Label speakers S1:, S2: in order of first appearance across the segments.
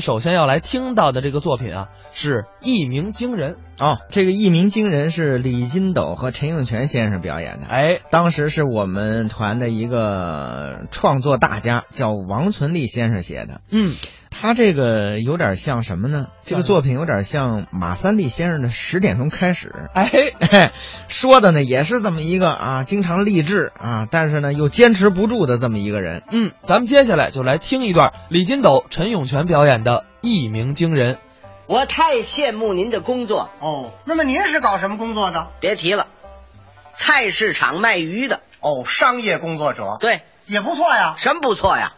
S1: 首先要来听到的这个作品啊，是一鸣惊人。
S2: 哦，这个《一鸣惊人》是李金斗和陈永泉先生表演的。
S1: 哎，
S2: 当时是我们团的一个创作大家，叫王存利先生写的。
S1: 嗯，
S2: 他这个有点像什么呢？这个作品有点像马三立先生的《十点钟开始》。
S1: 哎，
S2: 哎，说的呢也是这么一个啊，经常励志啊，但是呢又坚持不住的这么一个人。
S1: 嗯，咱们接下来就来听一段李金斗、陈永泉表演的《一鸣惊人》。
S3: 我太羡慕您的工作，
S4: 哦，那么您是搞什么工作的？
S3: 别提了，菜市场卖鱼的，
S4: 哦，商业工作者，
S3: 对，
S4: 也不错呀。
S3: 什么不错呀？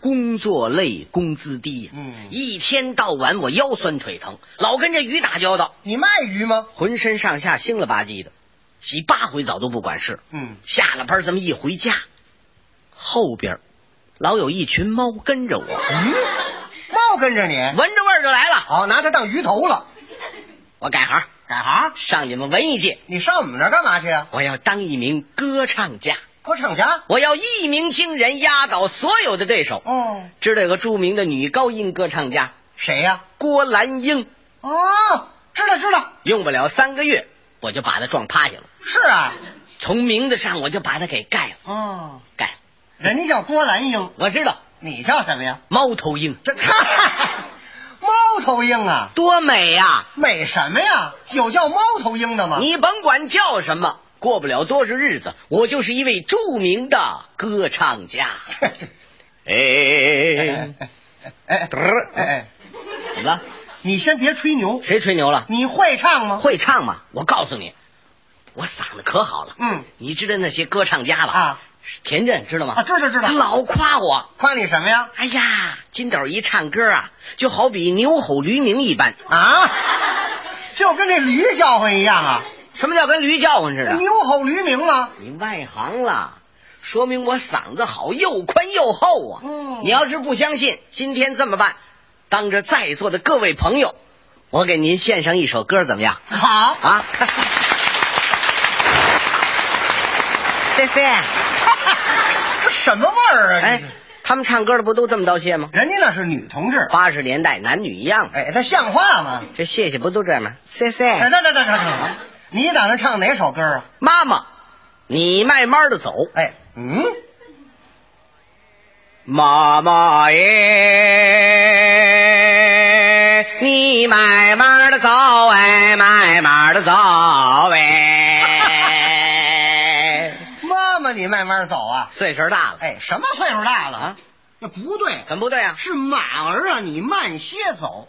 S3: 工作累，工资低呀。
S4: 嗯
S3: 一天到晚我腰酸腿疼，老跟这鱼打交道，
S4: 你卖鱼吗？
S3: 浑身上下腥了吧唧的，洗八回澡都不管事。
S4: 嗯，
S3: 下了班咱们一回家，后边老有一群猫跟着我，
S4: 嗯 猫跟着你，
S3: 闻着味儿就来了。
S4: 哦，拿它当鱼头了。
S3: 我改行
S4: 改行，
S3: 上你们文艺界，
S4: 你上我们那儿干嘛去啊？
S3: 我要当一名歌唱家，
S4: 歌唱家。
S3: 我要一鸣惊人，压倒所有的对手。
S4: 哦，
S3: 知道有个著名的女高音歌唱家
S4: 谁呀、
S3: 郭兰英，
S4: 哦，知道知道，
S3: 用不了三个月，我就把她撞趴下了。
S4: 是啊。
S3: 从名字上我就把她给盖了，
S4: 哦，
S3: 盖了。
S4: 人家叫郭兰英，
S3: 我知道
S4: 你叫什么呀？
S3: 猫头鹰
S4: 这猫头鹰啊，
S3: 多美呀、
S4: 美什么呀？有叫猫头鹰的吗？
S3: 你甭管叫什么，过不了多少日子，我就是一位著名的歌唱家。
S4: 这这
S3: 哎，
S4: 哎哎哎哎，
S3: 怎么了？
S4: 你先别吹牛，
S3: 谁吹牛了？
S4: 你会唱吗？
S3: 会唱吗？我告诉你，我嗓子可好了。
S4: 嗯
S3: 你知道那些歌唱家吧？
S4: 啊，
S3: 田震知道吗？
S4: 啊知道知道
S3: 他老夸我。
S4: 夸你什么呀？
S3: 哎呀，金斗一唱歌啊，就好比牛吼驴鸣一般。
S4: 啊，就跟这驴叫唤一样啊，
S3: 什么叫跟驴叫唤似的？
S4: 牛吼驴鸣啊吗？
S3: 你外行了，说明我嗓子好，又宽又厚啊。
S4: 嗯
S3: 你要是不相信，今天这么办，当着在座的各位朋友，我给您献上一首歌，怎么样？
S4: 好，
S3: 啊，C C，
S4: 这什么味儿啊？这
S3: 哎
S4: 是，
S3: 他们唱歌的不都这么道谢吗？
S4: 人家那是女同志，
S3: 八十年代男女一样嘛，
S4: 哎，这像话吗？
S3: 这谢谢不都这样吗？C C，
S4: 哎，等等等等等，你打算唱哪首歌啊？
S3: 妈妈，你慢慢的走。
S4: 哎，嗯，
S3: 妈妈耶，你慢慢的走哎，慢慢的走哎。
S4: 妈妈，你慢慢走啊。
S3: 岁数大了，
S4: 哎，什么岁数大了啊？这不对，
S3: 怎么不对啊？
S4: 是马儿啊，你慢些走。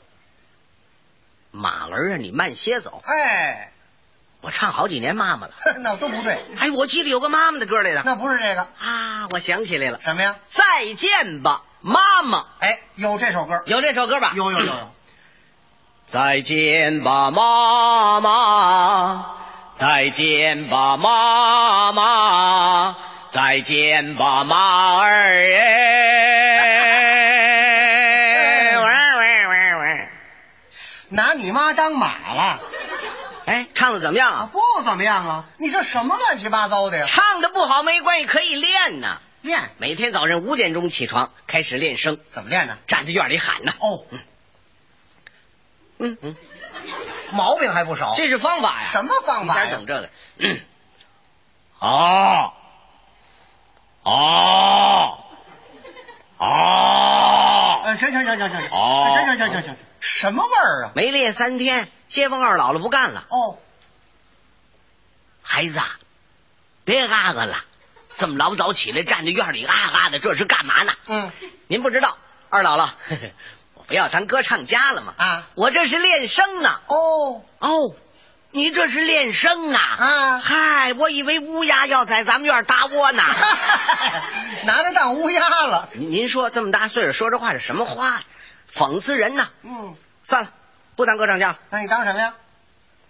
S3: 马儿啊，你慢些走。
S4: 哎，
S3: 我唱好几年妈妈了。
S4: 那都不对，
S3: 哎，我记得有个妈妈的歌来的
S4: 那不是这个
S3: 啊，我想起来了，
S4: 什么呀？
S3: 再见吧，妈妈，
S4: 哎，有这首歌，
S3: 有这首歌吧？
S4: 有有有有。
S3: 再见吧，妈妈！再见吧，妈妈！再见吧，哎马儿耶！喂喂喂喂！
S4: 拿你妈当马了
S3: 哎，唱的怎么样
S4: 啊？
S3: 啊？
S4: 不怎么样啊！你这什么乱七八糟的呀？
S3: 唱的不好没关系，可以练呐。
S4: 练
S3: 每天早晨五点钟起床，开始练声，
S4: 怎么练呢？
S3: 站在院里喊呐。
S4: 哦，
S3: 嗯嗯，
S4: 毛病还不少。
S3: 这是方法呀。
S4: 什么方法
S3: 你哪
S4: 呀
S3: 懂？这个？啊啊啊！
S4: 呃，行行行行行行，哎
S3: 哦
S4: 行行行行行，什么味儿啊？
S3: 没练三天，街坊二老了不干了，
S4: 哦，
S3: 孩子啊，别啊啊了，这么老早起来站在院里啊啊的，这是干嘛呢？
S4: 嗯，
S3: 您不知道，二姥姥，呵呵我不要当歌唱家了吗？
S4: 啊，
S3: 我这是练声呢。
S4: 哦，
S3: 哦，你这是练声啊？
S4: 啊
S3: 嗨，我以为乌鸦要在咱们院搭窝 呢。
S4: 拿它当乌鸦了。
S3: 您您说这么大岁数说这话是什么话呀？讽刺人呐！
S4: 嗯，
S3: 算了，不当歌唱家了，
S4: 那你当什么呀？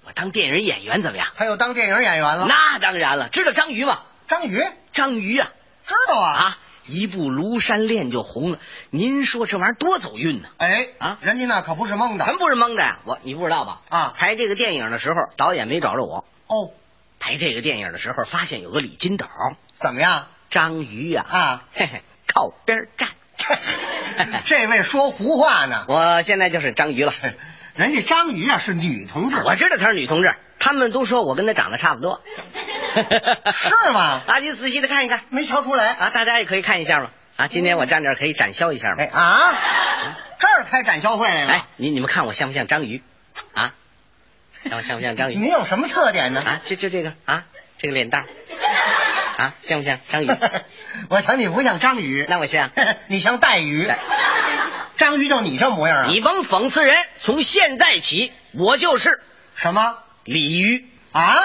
S3: 我当电影演员怎么样？
S4: 还有当电影演员了？
S3: 那当然了，知道章鱼吗？
S4: 章鱼
S3: 章鱼啊
S4: 知道啊？
S3: 啊，一部《庐山恋》就红了。您说这玩意儿多走运呢、
S4: 哎
S3: 啊
S4: 人家那可不是蒙的
S3: 咱。不是蒙的呀、我你不知道吧？
S4: 啊
S3: 拍这个电影的时候，导演没找着我。
S4: 哦，
S3: 拍这个电影的时候，发现有个李金斗，
S4: 怎么样
S3: 章鱼呀、
S4: 啊？
S3: 嘿嘿，靠边站。
S4: 这位说胡话呢，
S3: 我现在就是章鱼了。
S4: 人家章鱼啊是女同志，
S3: 我知道她是女同志，他们都说我跟她长得差不多，
S4: 是吗？
S3: 啊，你仔细的看一看
S4: 没瞧出来。
S3: 啊，大家也可以看一下嘛。啊，今天我站这儿可以展销一下
S4: 哎
S3: 嘛。
S4: 啊，这儿开展销会来了
S3: 哎，。你你们看我像不像章鱼？啊，看我像不像章
S4: 您
S3: 鱼？
S4: 有什么特点呢？
S3: 啊，就就这个啊，这个脸蛋儿啊，像不像 章鱼？
S4: 我瞧你不像章鱼，
S3: 那我像。
S4: 你像带鱼。章鱼就你这模样啊？
S3: 你甭讽刺人，从现在起我就是
S4: 什么
S3: 鲤鱼。
S4: 啊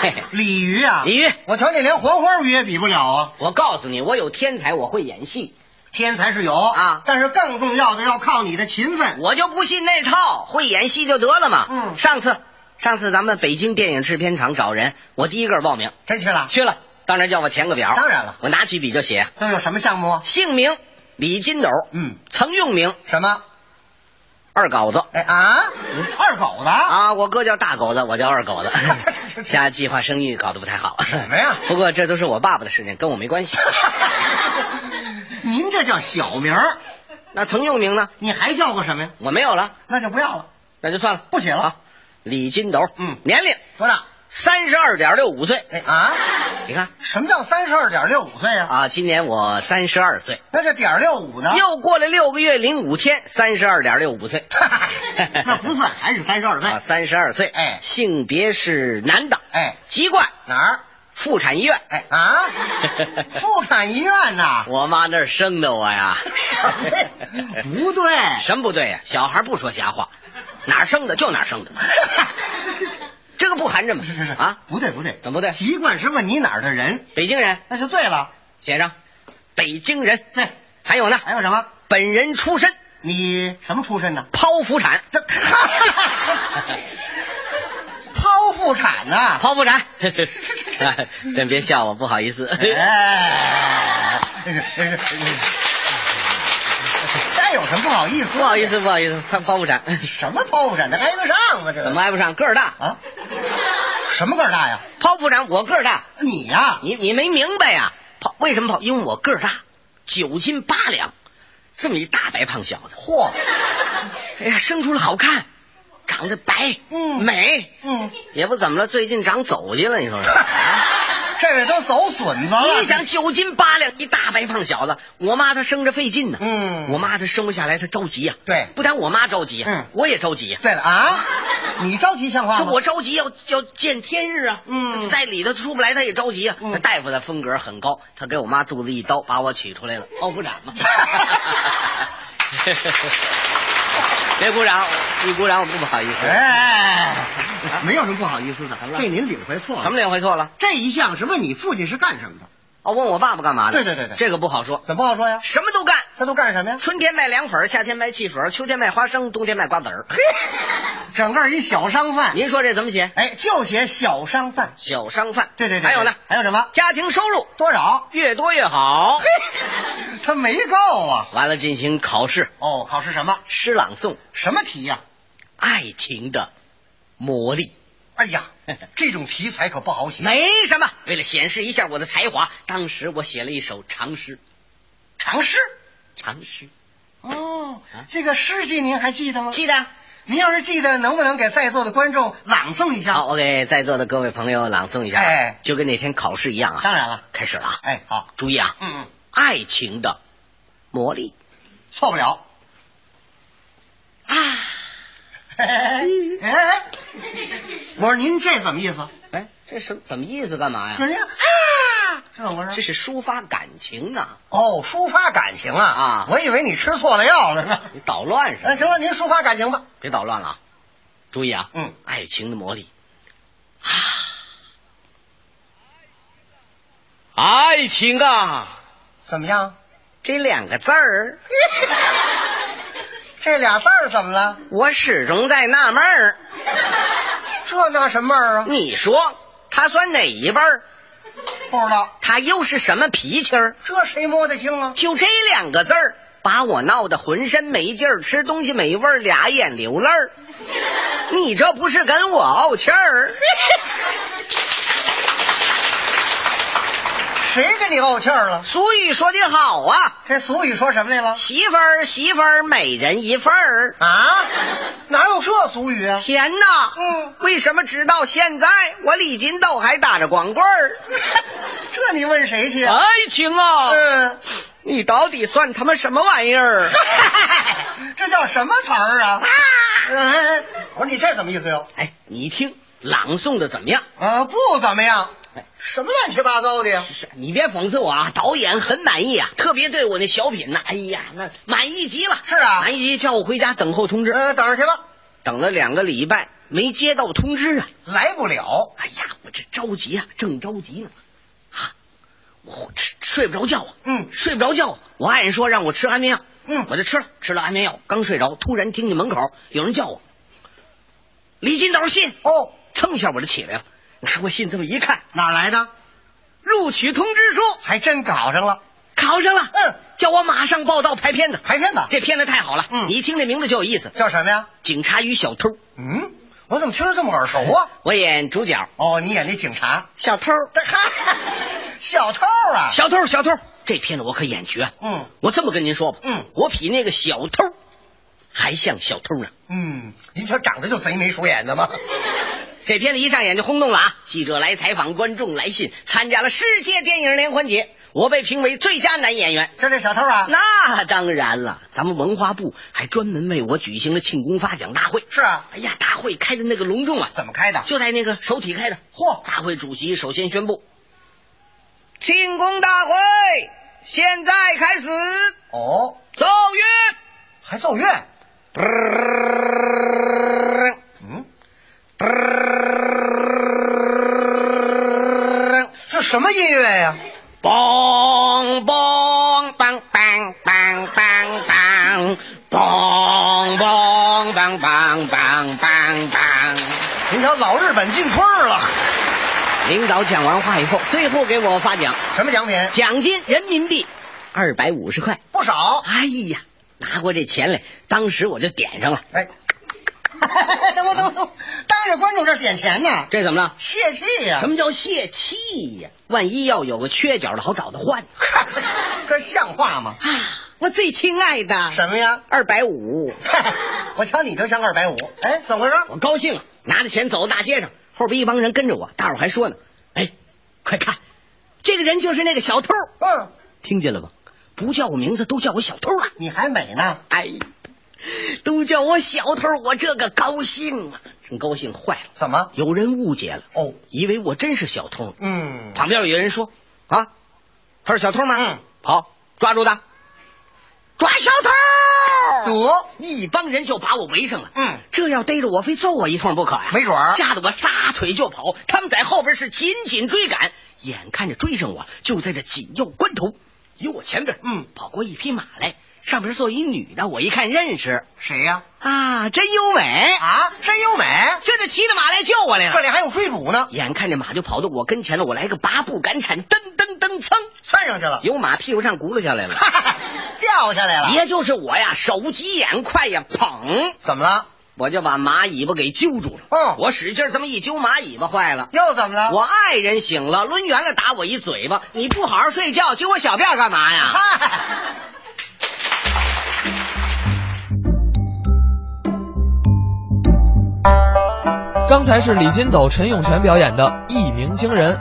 S3: 嘿嘿？
S4: 鲤鱼啊？
S3: 鲤鱼
S4: 我瞧你连黄花鱼也比不了啊！
S3: 我告诉你，我有天才，我会演戏，
S4: 天才是有
S3: 啊
S4: 但是更重要的要靠你的勤奋。
S3: 我就不信那套，会演戏就得了嘛。
S4: 嗯
S3: 上次上次咱们北京电影制片厂找人，我第一个报名
S4: 真去了？
S3: 去了，当然叫我填个表。
S4: 当然了
S3: 我拿起笔就写
S4: 都有什么项目？
S3: 姓名李金斗，
S4: 嗯，
S3: 曾用名
S4: 什么？
S3: 二狗子
S4: 哎啊，二狗子啊？。
S3: 啊，我哥叫大狗子，我叫二狗子 家计划生育搞得不太好，
S4: 什么呀
S3: 不过这都是我爸爸的事情，跟我没关 系。
S4: 您这叫小名儿，
S3: 那曾用名呢？
S4: 你还叫过什么呀？
S3: 我没有了，
S4: 那就不要了，
S3: 那就算了，
S4: 不写了
S3: 好。李金斗，
S4: 嗯
S3: 年龄
S4: 多大？
S3: 三十二点六五岁，
S4: 哎啊，
S3: 你看
S4: 什么叫三十二点六五岁呀、
S3: 啊，今年我三十二岁，啊
S4: 那这点六五呢？，
S3: 又过了六个月零五天，三十二点六五岁
S4: 那不算，还是三十二岁
S3: 啊，。三十二岁，
S4: 哎
S3: 性别是男的，
S4: 哎，
S3: 籍贯
S4: 哪儿？
S3: 妇产医院，
S4: 哎 啊，妇产医院呐、
S3: 我妈那儿生的我呀，
S4: 不对，
S3: 什么不对呀、小孩不说瞎话，哪儿生的就哪儿生 的，这个不含着吗？
S4: 是是是
S3: 啊，，
S4: 不对不对，
S3: 怎么不对
S4: 籍贯是问你哪儿的人，
S3: 北京人
S4: 那就对了。
S3: 写上，北京人，
S4: 对，
S3: 还有呢，
S4: 还有什么？
S3: 本人出身
S4: 你什么出身呢？
S3: 剖腹产，
S4: 这 剖腹产呐、
S3: 啊剖腹产， 哎真别笑我，不好意思。
S4: 哎，这有什么不好意 思？
S3: 不好意，思，不好意思，剖剖腹产，
S4: 什么剖腹产，这挨得上啊吗？这个
S3: 怎么挨不上？个儿大，
S4: 啊？什么个儿大呀？
S3: 剖腹产我个儿大，
S4: 你呀、
S3: 你你没明白呀、剖为什么剖？因为我个儿大，九斤八两，这么一大白胖小子，
S4: 嚯，
S3: 哎呀，生出来好看，长得白，
S4: 嗯
S3: 美，
S4: 嗯，
S3: 也不怎么了，最近长走去了，你说说。
S4: 这位都走损子了。
S3: 你想，九斤八两一大白胖小子，我妈她生着费劲呢、
S4: 嗯，
S3: 我妈她生不下来，她着急呀、
S4: 对
S3: 不但我妈着急，
S4: 嗯
S3: 我也着急呀、
S4: 对了啊，你着急像话
S3: 这
S4: 吗？
S3: 我着急要要见天日啊，
S4: 嗯
S3: 在里头出不来，他也着急啊。
S4: 嗯
S3: 那大夫的风格很高，他给我妈肚子一刀，把我取出来了，哦，不 长嘛。别鼓掌，一鼓掌我不好意思。
S4: 哎，
S3: 啊
S4: 没有什么不好意思的，
S3: 么了
S4: 这您领会错了。
S3: 什么领会错了？
S4: 这一项是问你父亲是干什么的？
S3: 哦，问我爸爸干嘛的？
S4: 对对对对
S3: 这个不好说，
S4: 怎么不好说呀？
S3: 什么都干。
S4: 他都干什么呀？
S3: 春天卖凉粉，夏天卖汽水，秋天卖花生，冬天卖瓜子儿。
S4: 整个一小商贩。
S3: 您说这怎么写？
S4: 哎，就写小商贩。
S3: 小商贩。
S4: 对对对，
S3: 还有呢，
S4: 还有什么？
S3: 家庭收入
S4: 多少？
S3: 越多越好。
S4: 他没够啊！
S3: 完了，进行考试，
S4: 哦，考试什么？
S3: 诗朗诵。
S4: 什么题呀、
S3: 爱情的魔力。
S4: 哎呀，这种题材可不好写。
S3: 没什么，为了显示一下我的才华，当时我写了一首长诗。
S4: 长诗。
S3: 长诗
S4: 哦
S3: 啊，
S4: 这个诗句您还记得吗？
S3: 记得啊
S4: 您要是记得，能不能给在座的观众朗诵一
S3: 好，
S4: 下？
S3: 我给在座的各位朋友朗诵一下，
S4: 哎
S3: 就跟那天考试一样啊。
S4: 当然了。
S3: 开始了啊，
S4: 哎，好，
S3: 注意啊，
S4: 嗯嗯，
S3: 爱情的魔力
S4: 错不了。
S3: 啊，
S4: 哎，
S3: 嗯
S4: 哎我说您这怎么意思？
S3: 哎，这什么怎么意思？干嘛
S4: 怎
S3: 呀？
S4: 么样？啊，这怎么回
S3: 这
S4: 事？
S3: 是抒发感情呢，
S4: 哦，抒发感情啊
S3: 啊
S4: 我以为你吃错了药了 呢。
S3: 你捣乱是
S4: 那
S3: 吧？
S4: 行了，您抒发感情吧。
S3: 别捣乱了啊！注意啊，
S4: 嗯，
S3: 爱情的魔力啊，爱情啊。
S4: 怎么样？
S3: 这两个字儿，
S4: 这俩字儿怎么了？
S3: 我始终在纳闷儿。
S4: 这那什么味儿啊？
S3: 你说他算哪一辈儿？
S4: 不知道，
S3: 他又是什么脾气儿？
S4: 这谁摸得清啊？
S3: 就这两个字儿，把我闹得浑身没劲儿，吃东西没味儿，俩眼流泪儿。你这不是跟我怄气儿？
S4: 谁给你怄气儿了？
S3: 俗语说得好啊，
S4: 这俗语说什么来了？
S3: 媳妇儿媳妇儿，每人一份儿。
S4: 啊，哪有这俗语啊？
S3: 天哪！
S4: 嗯
S3: 为什么直到现在我李金斗还打着光棍儿？
S4: 这你问谁去？
S3: 爱情 啊，
S4: 嗯，
S3: 你到底算他妈什么玩意儿？
S4: 这叫什么词儿啊？嗯，我说你这什么意思哟？
S3: 哎，你听朗诵的怎么样？
S4: 啊，不怎么样，什么乱七八糟的呀？
S3: 是是，你别讽刺我啊！导演很满意啊，特别对我那小品呐、哎呀，那满意极了。
S4: 是啊
S3: 满意极，叫我回家等候通知。
S4: 呃，等着去吧，
S3: 等了两个礼拜，没接到通知啊！
S4: 来不了。
S3: 哎呀，我这着急啊，正着急呢，啊，我吃睡不着觉啊，
S4: 嗯
S3: 睡不着觉。我爱人说让我吃安眠药，
S4: 嗯
S3: 我就吃了，吃了安眠药，刚睡着，突然听见门口有人叫我，李金斗信，
S4: 哦，
S3: 蹭一下我就起来了，拿过信这么一看，
S4: 哪儿来的？
S3: 录取通知书
S4: 还真搞上了，
S3: 考上了，
S4: 嗯，
S3: 叫我马上报道拍片子，
S4: 排片吧？
S3: 这片子太好了，
S4: 嗯
S3: 你一听这名字就有意思，
S4: 叫什么呀？
S3: 警察与小偷，
S4: 嗯，我怎么听着这么耳熟啊？
S3: 我演主角，
S4: 哦，你演那警察，
S3: 小偷，
S4: 这哈，小偷啊？
S3: 小偷，小偷，这片子我可演绝，
S4: 嗯
S3: 我这么跟您说吧，
S4: 嗯
S3: 我比那个小偷还像小偷呢。
S4: 嗯，您瞧长得就贼眉鼠眼 的嘛。
S3: 这片子一上演就轰动了啊！记者来采访，观众来信，参加了世界电影联欢节，我被评为最佳男演员。
S4: 就这小偷啊？
S3: 那当然了，咱们文化部还专门为我举行了庆功发奖大会。
S4: 是啊，
S3: 哎呀，大会开的那个隆重啊，
S4: 怎么开的？
S3: 就在那个首体开的。
S4: 嚯
S3: 大会主席首先宣布，庆功大会现在开始，
S4: 哦，
S3: 奏乐。
S4: 还奏乐？嗯，这什么音乐呀、
S3: 梆梆梆梆梆梆梆，梆梆梆梆梆梆梆。
S4: 您瞧，老日本进村儿了，
S3: 领导讲完话以后，最后给我发奖，
S4: 什么奖品？
S3: 奖金人民币二百五十块。
S4: 不少。
S3: 哎呀，拿过这钱来，当时我就点上了。
S4: 哎，等会儿等会儿等会儿，当着观众这儿点钱呢，
S3: 这怎么了？
S4: 泄气呀、
S3: 什么叫泄气呀？万一要有个缺角的，好找他 换
S4: 么？ 这像话吗？
S3: 啊！我最亲爱的，
S4: 什么呀？
S3: 二百五。
S4: 我瞧你就像二百五。哎，怎么回事？
S3: 我高兴啊，拿着钱走到大街上，后边一帮人跟着我，大伙儿还说呢：“哎，快看，这个人就是那个小偷，
S4: 嗯，
S3: 听见了吗？不叫我名字，都叫我小偷了。
S4: 你还美呢。
S3: 哎，都叫我小偷，我这个高兴啊，真高兴坏了。
S4: 怎么？
S3: 有人误解了，
S4: 哦，
S3: 以为我真是小偷。
S4: 嗯，
S3: 旁边有人说：啊，他是小偷吗？
S4: 嗯，
S3: 好，抓住他，抓小偷！
S4: 得，
S3: 一帮人就把我围上了。
S4: 嗯，
S3: 这要逮着我，非揍我一通不可呀、
S4: 没准儿
S3: 吓得我撒腿就跑，他们在后边是紧紧追赶，眼看着追上我，就在这紧要关头，由我前边，
S4: 嗯，
S3: 跑过一匹马来，上边坐一女的，我一看认识
S4: 谁呀、
S3: 啊，真优美，
S4: 啊，真优美，
S3: 这就骑着马来叫我来
S4: 这
S3: 了。
S4: 里还有追捕呢，
S3: 眼看着马就跑到我跟前了，我来个拔步赶铲，噔噔噔噌，
S4: 窜上去了，
S3: 由马屁股上轱辘下来了。
S4: 哈哈， 掉下来了。
S3: 也就是我呀，手疾眼快呀，砰，
S4: 怎么了？
S3: 我就把马尾巴给揪住了。
S4: 嗯
S3: 我使劲儿这么一揪，马尾巴坏了。
S4: 又怎么了？
S3: 我爱人醒了，抡圆了打我一嘴巴。你不好好睡觉，揪我小辫儿干嘛呀？
S4: 嗨，
S1: 刚才是李金斗、陈永泉表演的《一鸣惊人》。